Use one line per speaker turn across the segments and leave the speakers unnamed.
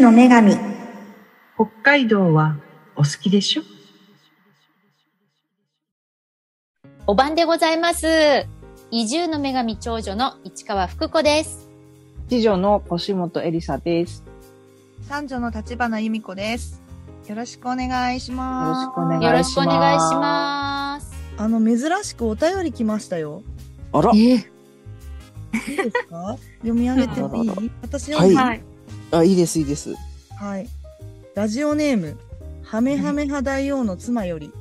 の女神
北海道はお好きでしょ
お晩でございます。移住の女神長女の市川福子です。
次女の腰本エリサです。
三女の立花由美子です。よろしくお願いします。
よろしくお
よろ
願いします
しくお願いします。
あの、珍しくお便り来ましたよ。
あら、
いいです か読み上げてもい
あら
い私読んでいい、
は
はいい、
あ、いいです、いいです。
ラジオネーム、ハメハメ派大王の妻より。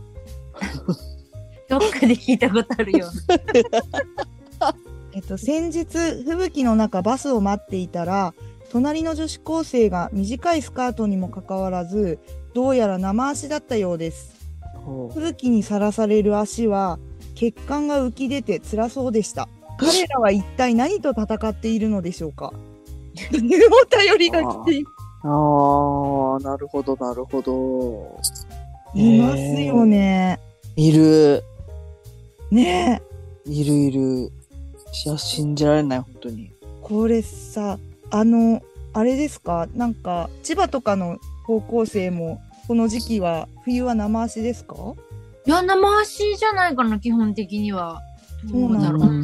どっかで聞いたことあるよ。
えっと、先日、吹雪の中バスを待っていたら、隣の女子高生が短いスカートにもかかわらず、どうやら生足だったようです。
ほ
吹雪にさらされる足は血管が浮き出て辛そうでした彼らは一体何と戦っているのでしょう かお便りが来て
うああ、なるほど、なるほど。
いますよね、
いる、
ねえ
いる、いる。いや、信じられない、本当に。
これさあのあれですかなんか千葉とかの高校生もこの時期は冬は生足ですか
いや、生足じゃないかな、基本的には。
そうなんだ
ど
ろ
うだろう。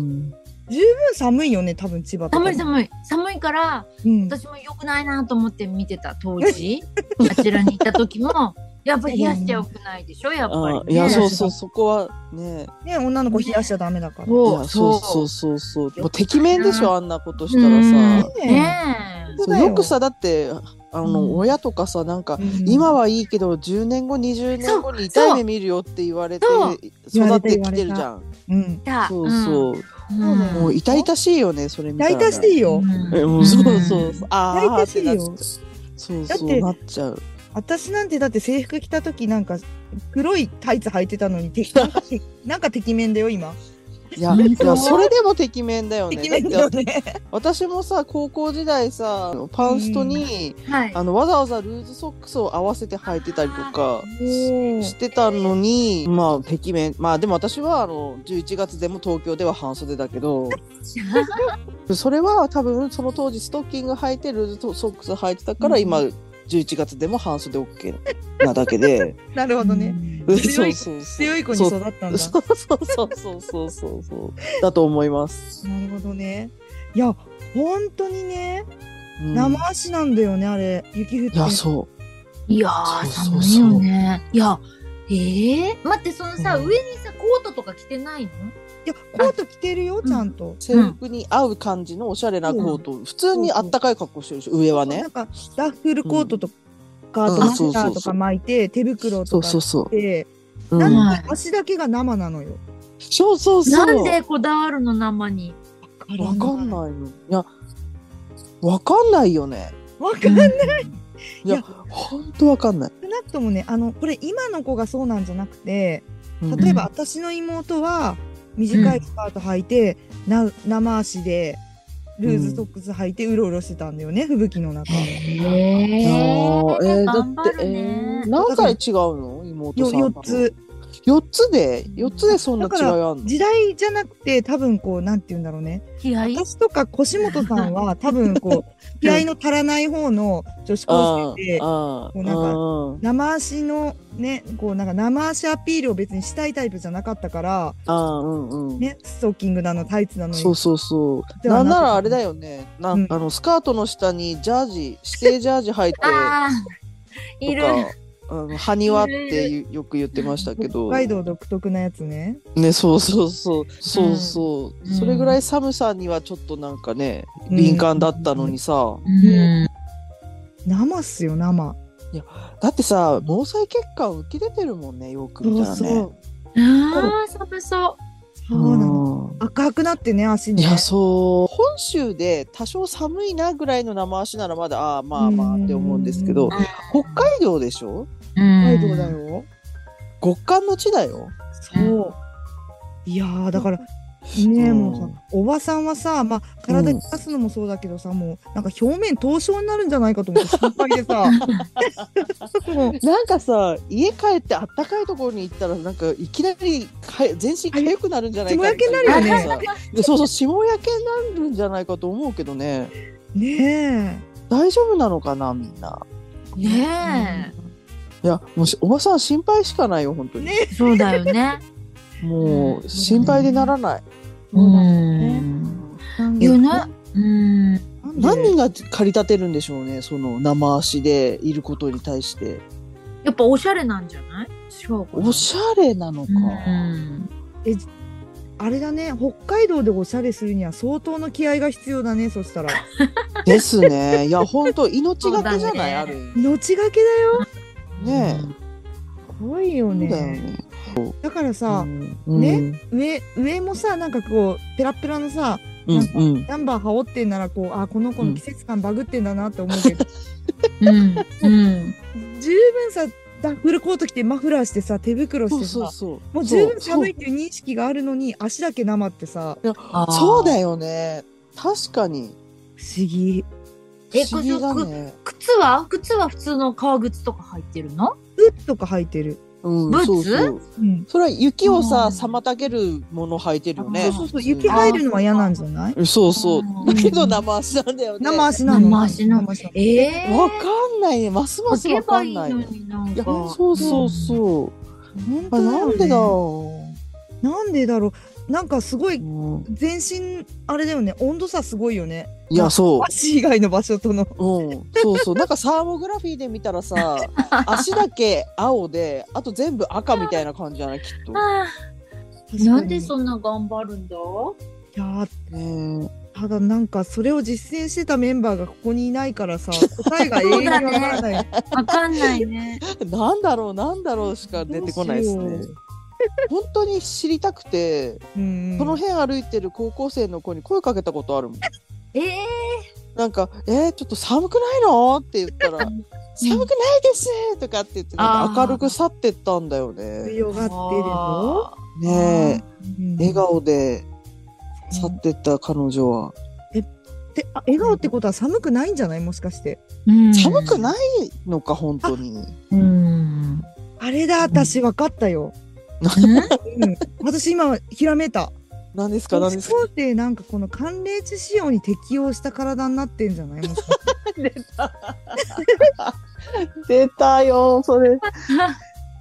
十分寒いよね多分千葉とか
寒い寒い。寒いから、
うん、
私も良くないなと思って見てた当時。あちらにいた 時も、やっぱ冷やしちゃ良くないでしょ、やっ
あ
ぱ
い
り、ね。
や、そう そう、そこはね、
ね女の子冷やしちゃダメだから
い
そ
や
う
そう
そ
そううそうそう。もう、てきめんでしょ、あんなことした
うん
らさ。
ねえ。
そうよくさ、だって、あの、
うん
親とかさ、なんか、
うん
今はいいけど、10年後、20年後に痛い目見るよって言われて
そう、
育ってきてるじゃん。
うん
だ
そうそう。
うん。
そうなの
もう痛々しいよね、それみた
大
いな。
体していいよ、
うん
えもうそうそうそう。ああ、ってなっちゃ
痛
う。そう
だっ
そう、
て
なっちゃう。
私なんてだって制服着た時なんか黒いタイツ履いてたのに てなんかてなんかてきめんだよ今。
いや、いやそれでもてきめんだよ
て
ね。
きめんだよ
だって
ね。
私もさ、高校時代さ、パンストに、
はい。
あの、わざわざルーズソックスを合わせて履いてたりとか。
おー
してたのに、まあ、てきめん、まあ、でも私は、あの、11月でも東京では半袖だけど、それは多分、その当時ストッキング履いて、ルーズソックス履いてたから、今、11月でも半袖 OK なだけ で。
なるほどね。
そ
強
う
い
そうそう
強い子に育ったんだ。
そうそうそうそうそうそうそうだと思います。
なるほどね。いや本当にね
うんい
生足なんだよねあれ雪降って。
やそ
いやー、
そうそう
寒
そう
いよね。いや、ええ待って、そのさ、
うん
上にさ、コートとか着てないの
いやコート着てるよちゃんと
う。制服に合う感じのおしゃれなコート、普通にあったかい格好してるでしょ上はね
なん。かダッフルコートとか、あ
うん
とマスター
そ
と
うそうそ
か
う
巻いて手袋
そ
と
う
か
そうそ
で
う。う、
なんんか足だけが生なのよ。
そうそうそう。
なんでこだわるの、生に。
わかんないの。いやわかんないよね。
わかんない。
いや
いや
本当わかんない。
少なくともねあのこれ今の子がそうなんじゃなくて
うん
例えば私の妹は短いスカート履いて、な生足でルーズソックス履いてうろうろしてたんだよね吹雪の中。
いやーえーだ
頑張
って、
るね
えー何歳違うの妹
よ
さんは
4つ
四つで四つでそんな違いあんの
時代じゃなくて多分こうなんて言うんだろうね
気合い
私とか腰本さん は多分こう気合いの足らない方の女子高生で
あ
こうなんか
あ
生足のねこうなんか生足アピールを別にしたいタイプじゃなかったから、
あーうんうん、
ね、ストッキングだのタイツだのに
そうそうそう
ではな
な
んく
ならあれだよねな、
うん
あのスカートの下にジャージ指定ジャージ履いてと か
ああ、いる。
うん埴輪ってよよく言ってましたけど
北海道独特なやつね。
ねそうそうそうそうそう、
うん
それぐらい寒さにはちょっとなんかね
うん
敏感だったのにさ、
うん。
生っすよ、生。
だってさ毛細血管浮き出てるもんねよく見たらね
そう。
ああ、寒そう。
そうなの。
ん
赤くなってね、足
い
に、ね。
やそう本州で多少寒いなぐらいの生足ならまだああまあまあって思うんですけど
うん
北海道でしょ
北
北海道だ。よ。
極寒の地だよ
そう。いやー、だから、ね
うん
もうさ、おばさんはさ、まあ、体冷やすのもそうだけどさ、もう、なんか表面凍傷になるんじゃないかと思って心配で さ。もう
なんかさ家帰ってあったかいところに行ったらなんかいきなりかえ全身かゆくなるんじゃないかみたい
霜焼けになる
さでそうそう霜焼けになるんじゃないかと思うけどね
ねえ。
大丈夫なのかなみんな
ね
いやもうしおばさん心配しかないよ本当に、
ね
え、そうだよね。
も
うん
う心配でならない、
うん。よね。うん。
なんで
何人が駆り立てるんでしょうねその生足でいることに対して
やっぱおしゃれなんじゃない？そうかな
おしゃれなのか、
うん。
あれだね北海道でおしゃれするには相当の気合が必要だねそしたら
ですねいや本当命がけじゃない、
そ
あ
うだね
る意味
命がけだよ
ね
すごいよ
え、
ね
そうだよね
だからさ、
うん
ね上上もさなんかこうペラペラのさ
うんうん
ナンバー羽織ってんならこうあこの子の季節感バグってんだなって思うけど、
うん。うん。
十分さダッフルコート着てマフラーしてさ手袋し
そう
てさ
そうそう
もう十分寒いっていう認識があるのに足だけ生ってさ
そうそう
よ。
だよね確かに
不思議
不
え
思議だね
靴は靴は普通の革靴とか入ってるの？
ウッとか履いてる、
うん
ブーツ
そうそう
うん、
それは雪をさ
うん
妨げるもの履いてるよね
そうそうそう
普通に
雪入るのは嫌なんじゃない
そうそう
う
だ
ん
けど生足なんだよね
生足なの
生足の
生足
ええ。
わかんないねますま
履
す
け
わか
ばい
ん
い
な
の
いね
になん
いや
か。
そうそうそう
本
あ
当だ
な
よね
んでだろ
なんでだろうなんかすご
う
い
うん
全身あれだよね温度差すごいよね
いやそう
足以外の場所との
うん、そうそうなんかサーモグラフィーで見たら さ足だけ青であと全部赤みたいな感じじゃないきっと。
あー
確か
な
に
んでそんな頑張るんだ？
いやー
ね
ただなんかそれを実践してたメンバーがここにいないから さ答えが永遠にわからない、
わかんないね。
えなんだろうなんだろうしか出てこないです
どう
ね
しよ。
本当に知りたくて
うん
この辺歩いてる高校生の子に声かけたことあるもん。
ええ。
なんか「えー、ちょっと寒くないの?」って言ったら「寒くないです!」とかって言ってなんか明るく去ってったんだよね。
強がってるよ、
ね
うん
え笑顔で
うん
去ってった彼女は。
であ笑顔ってことは寒くないんじゃないもしかして
うん
寒くないのか本当に。
うん。
あれだ私分かったよ、うん、私今ひらめいた
何ですか
女子
何ですか
高生なんかこの寒冷地仕様に適応した体になってんじゃないもしかして
出たよそれ。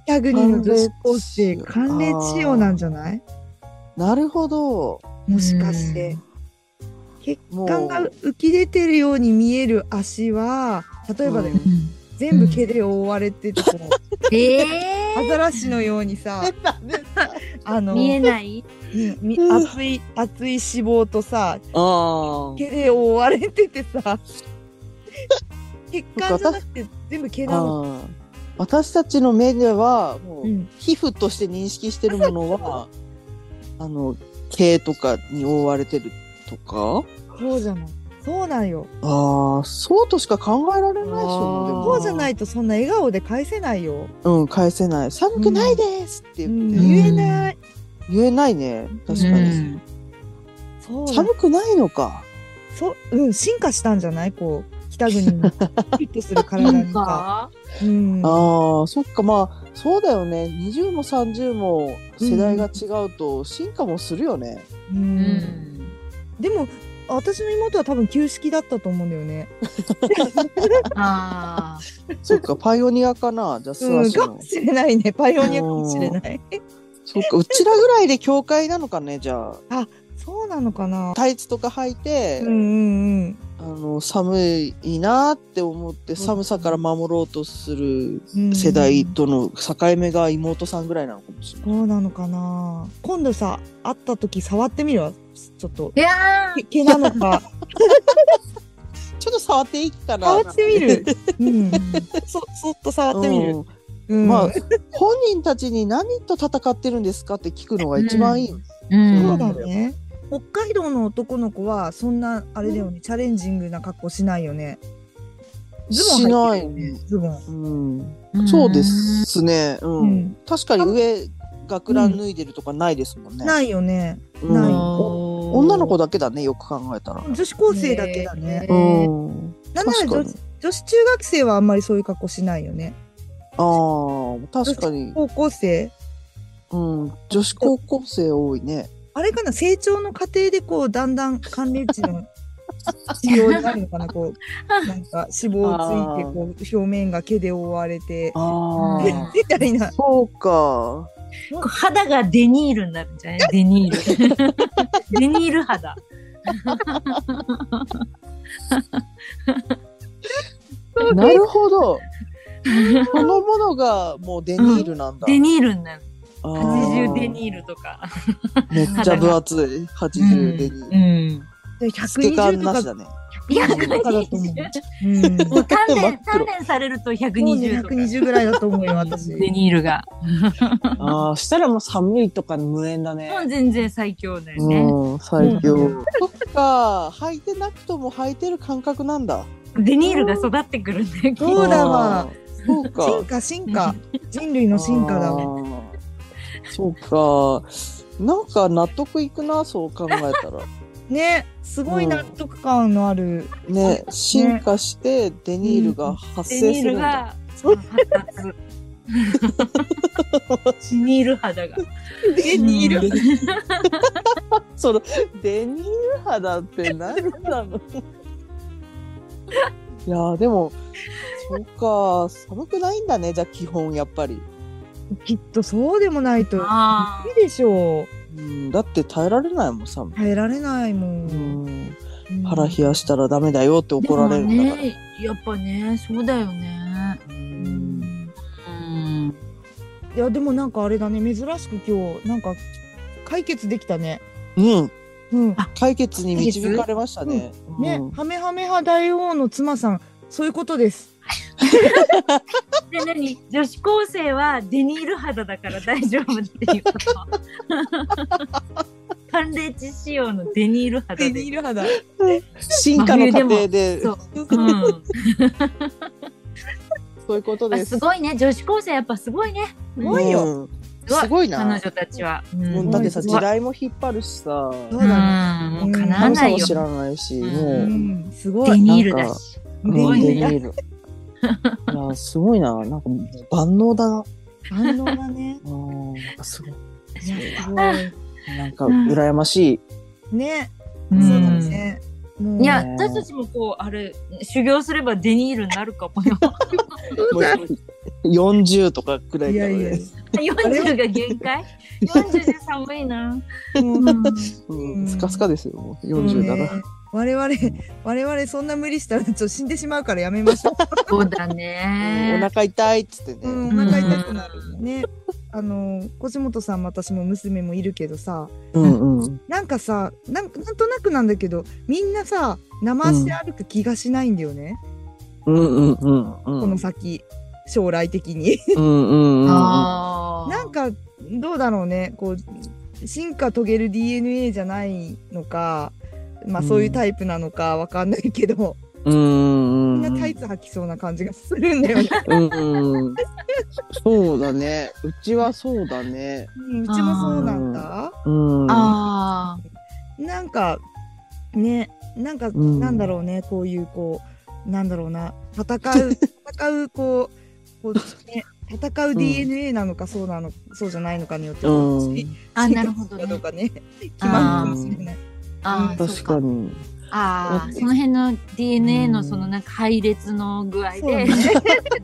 北 国の女子高生
寒
寒
冷地
冷
仕様
地仕様なんじゃない
なるほど。
もしかして
もう
感が浮き出てるように見える足は例えばだよ、
うん
全部毛で覆われててこう
え
ア
え。
ザラシのように さあの
見えない。
うんみ
うん
厚い厚い脂肪とさ
あー
毛で覆われててさ血管じゃなくて全部毛なの。
あー。私たちの目ではも
う
う、
ん
皮膚として認識してるもの はあの毛とかに覆われてるとか。
そうじゃない。そうなんよ。
ああそうとしか考えられないでしょ。
あー
そうじゃないいとそんな笑顔で返せないよ。
うん返せない。寒くないですって
う
言
ん
って、
言えない。
言えないね確かに。
うん
そうだ
寒くないのか。
そううん進化したんじゃないこう北国 にフィットする体
なん
にさ。
か。
うん。
ああそっかまあそうだよね20も30も世代が違うと進化もするよね、
う。
うんん。
でも私の妹は多分旧式だったと思うんだよね。
ああ。
そっ かパイオニアかなじゃあ素
うん
足
か
の、
もしれないね。パイオニアかもしれない。
そっかうちらぐらいで教会なのかねじゃあ
そうなのかな。
タイツとか履いて、
うんうんうん。
あの寒いなって思って寒さから守ろうとする
うん
世代との境目が妹さんぐらいなのかもしれない、
そうなのかな今度さ会った時触ってみるわちょっと
いや
け毛なの か
ちょっと触っていいかな
触ってみる、うん、そそっと触ってみ
う
る、
ん
うん
まあ本人たちに何と戦ってるんですかって聞くのが一番いいよね
ー。う
そ
そう
う
だね北海道の男の子はそんなあれだよね、チャレンジングな格好しないよねズボン
し
履
ない
て
い
るよ
ね。
ズボン
うん、
ん
そうで。すね。うん。
うん
確かに上学ラン脱いでるとかないですもんね。
ないよね
うん
ない
お女の子だけだね、よく考えたら。
女子高生だけだね
へー
うん。
なんなら
確か
女
に
子。女子中学生はあんまりそういう格好しないよね
ああ、確かに。
高校生
うん。女子高校生多いね。
あれかな成長の過程でこうだんだん寒冷地の腫瘍になるのかな、こう、なんか脂肪ついて、こう、表面が毛で覆われて、
あ
ー
あ。
みたいな。
そうか。
肌がデニールになるんじゃないデニール。 デニール肌。
なるほど。このものがもうデニールなんだ。
デニールになる。
あー
80デニールとか。
めっちゃ分厚い。80デニール。
ん。
で
透け感
120
なし
と
だ
か、
ね。
120とかだと思う。うん。
もう鍛
真っ
錬、
黒
鍛錬されると
もうね
120とか。
120ぐらいだと思うよ、私。
デニールが。
ああ、したらもう寒いとか無縁だね。
もう全然最強だよね。
うん、最
う
強。そっか、履いてなくとも履いてる感覚なんだ。
デニールが育ってくるんだよ。
そうだわ
あー。そうか。
進化、進化。人類の進化だ
あ
わ。
ーそうか。なんか納得いくな、そう考えたら。
ね、すごい納得感のある。
ね、進化してデニールが発
デ
生
ニ
す
ー
る
ル
んだ。
が発 達。デニール肌が。
デ
ニー
ル。そのデニール肌って何なの？いやーでもそうか寒くないんだねじゃあ基本やっぱり、
きっとそうでもないと。
あ
いいでしょう。
うん、だって耐えられないもん寒い、
耐えられないも。
うんん、
うん
腹冷やしたらダメだよって
あ。
怒られるんだから、
ね、やっぱね、そうだよね。
うん
うん。
いや、でもなんかあれだね、珍しく今日、なんか、解決できたね。
うん、
うん。
解決に導かれましたね。
ね
う、ん
ハメハメ派大王の妻さん、そういうことです。
で、何女子高生はデニール肌だから大丈夫っていうこと。寒冷地仕様のデニール肌で。
ル肌。
進化の過程で
そう。うん。
そういうこと
あ
です。
すごいね。女子高生やっぱすごいね。
すごいよ。
うん。
すごい
すごい
彼
な。
女たちは。う
うん
ん
だってさ
す
時
ごい
代も引っ張るしさ、
そう
う
だね。
ん、も
うん
うかなわ
寒さ
ない
も
よ
知。らないし、
うん
も
う
う。
ん、すご
デ
い。
ニールだし。
うん
すごいね
デニール。いや、すごいな。なんか、万能だな。
反応がね。
うんなんかすごい。
いや、すご
なんか、羨まし
い。
い。
ね、そ
うん
うだね。もう
いや、私たちもこう、あれ、修行すればデニールになるかもよ。
40とかくらい
い
から
や
ね。
いや、
40が限界 ?40 で寒いな。
もう
う、
うんん
スカスカですよ、もう
そう
40だ
ね
な。
我々、我々そんな無理したらちょっと死んでしまうからやめましょ
そうだ
うんお
ね。
腹痛いっつって
う。う
ね。
ん、お腹痛くなる。ね。あの、腰本さんも私も娘もいるけどさ、
うんうん。
なんかさ、なんなんとなくなんだけど、みんなさ、生足で歩く気がしないんだよね。
うんうんうんうん。
この先、将来的に。
うんうんうん。
あ ー
なんか、どうだろうね。こう、進化遂げる DNA じゃないのか、まあそういうタイプなのかわかんないけど、
うんうん
みんなタイツ履きそうな感じがするんだよ ね。
うん。そうだね。うちはそうだね。
うん、うちもそうなんだ。
うん。
あ
なんかねなんか、
うん
なんだろうねこういうこうなんだろうな戦 う戦うこうこう、ね、戦う DNA なのかそうなの、そうじゃないのかによって、
うん
し
あなるほどね
かどうかね決まるかもしれない。
ーあー、
確か
に。
に。
ああ、その辺の DNA のそのなんか配列の具合
そうね、
で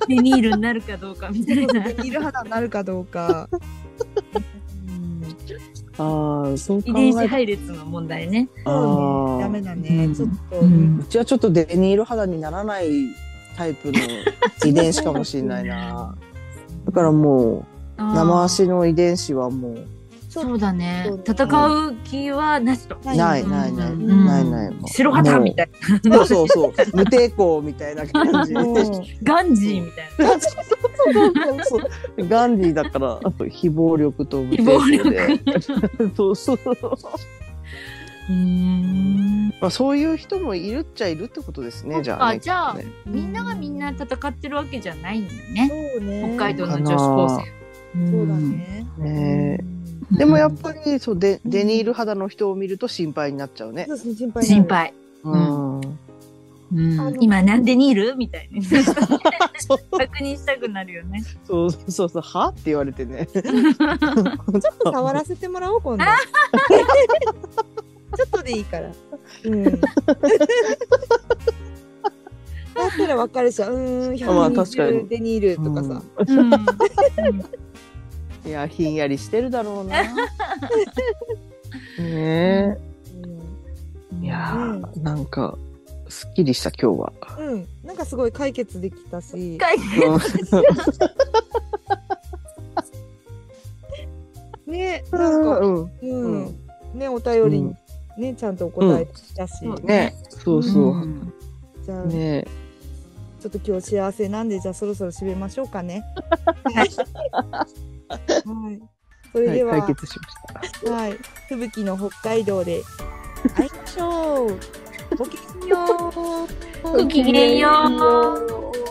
デニールになるかどうかみたいな。
いる肌になるかどうか。
ああ、そう考
遺伝
え
子
た
配列の問題ね。
そうね、ダ
あ
メ
ー
だね、
うん
ちょっと、
うん
うちはちょっとデニール肌にならないタイプの遺伝子かもしれない な。だからもう、生足の遺伝子はもう、
そうだね
そう。だね
戦う気はなしと。
ないないない、
うん
ないない。もう
白旗みたいな。
そうそうそう。無抵抗みたいな感じ。
もう
ガンジーみたいな。
そうそうガンディーだから、非暴力と無抵抗で。 そうそう。まあ、そういう人もいるっちゃいるってことですね、じゃあ、
あ
ね。
じゃあ
ね
みんながみんな戦ってるわけじゃないんだね。
そうね
北海道の女子高生。
そうだね。
ね
うん
でもやっぱりそうデデニール肌の人を見ると心配になっちゃうね
そ。うそう心配
うん。
になる
うん。
心。配。うん今なんでにいるみたい な。
そう
確認したくなるよね。
そうそうそうはって言われて ね。ちょ
ちょっと触らせてもらおう今度。ちょっとでいいから。うん、だったらわかるさ、うーん、
まあ確か
120
に
デニールとかさ、
うんうん
いやひんやりしてるだろう なねえいやーなんかすっきりした今日は
うん、うん、なんかすごい解決できたし、
解
ね、
う
なんか、
ん、 うん
う、
うん
ね、お便りにね、ちゃんとお答えしたし、
うん
ねそうそう、
ん
じゃあ、
ね
ちょっと今日幸せなんで、じゃあそろそろ締めましょうか ね。
はい
はい。それ
は
で
い、
は、
解決しました
はい、吹雪の北海道で会いましょう。ごきげんよう。
ごきげんよう。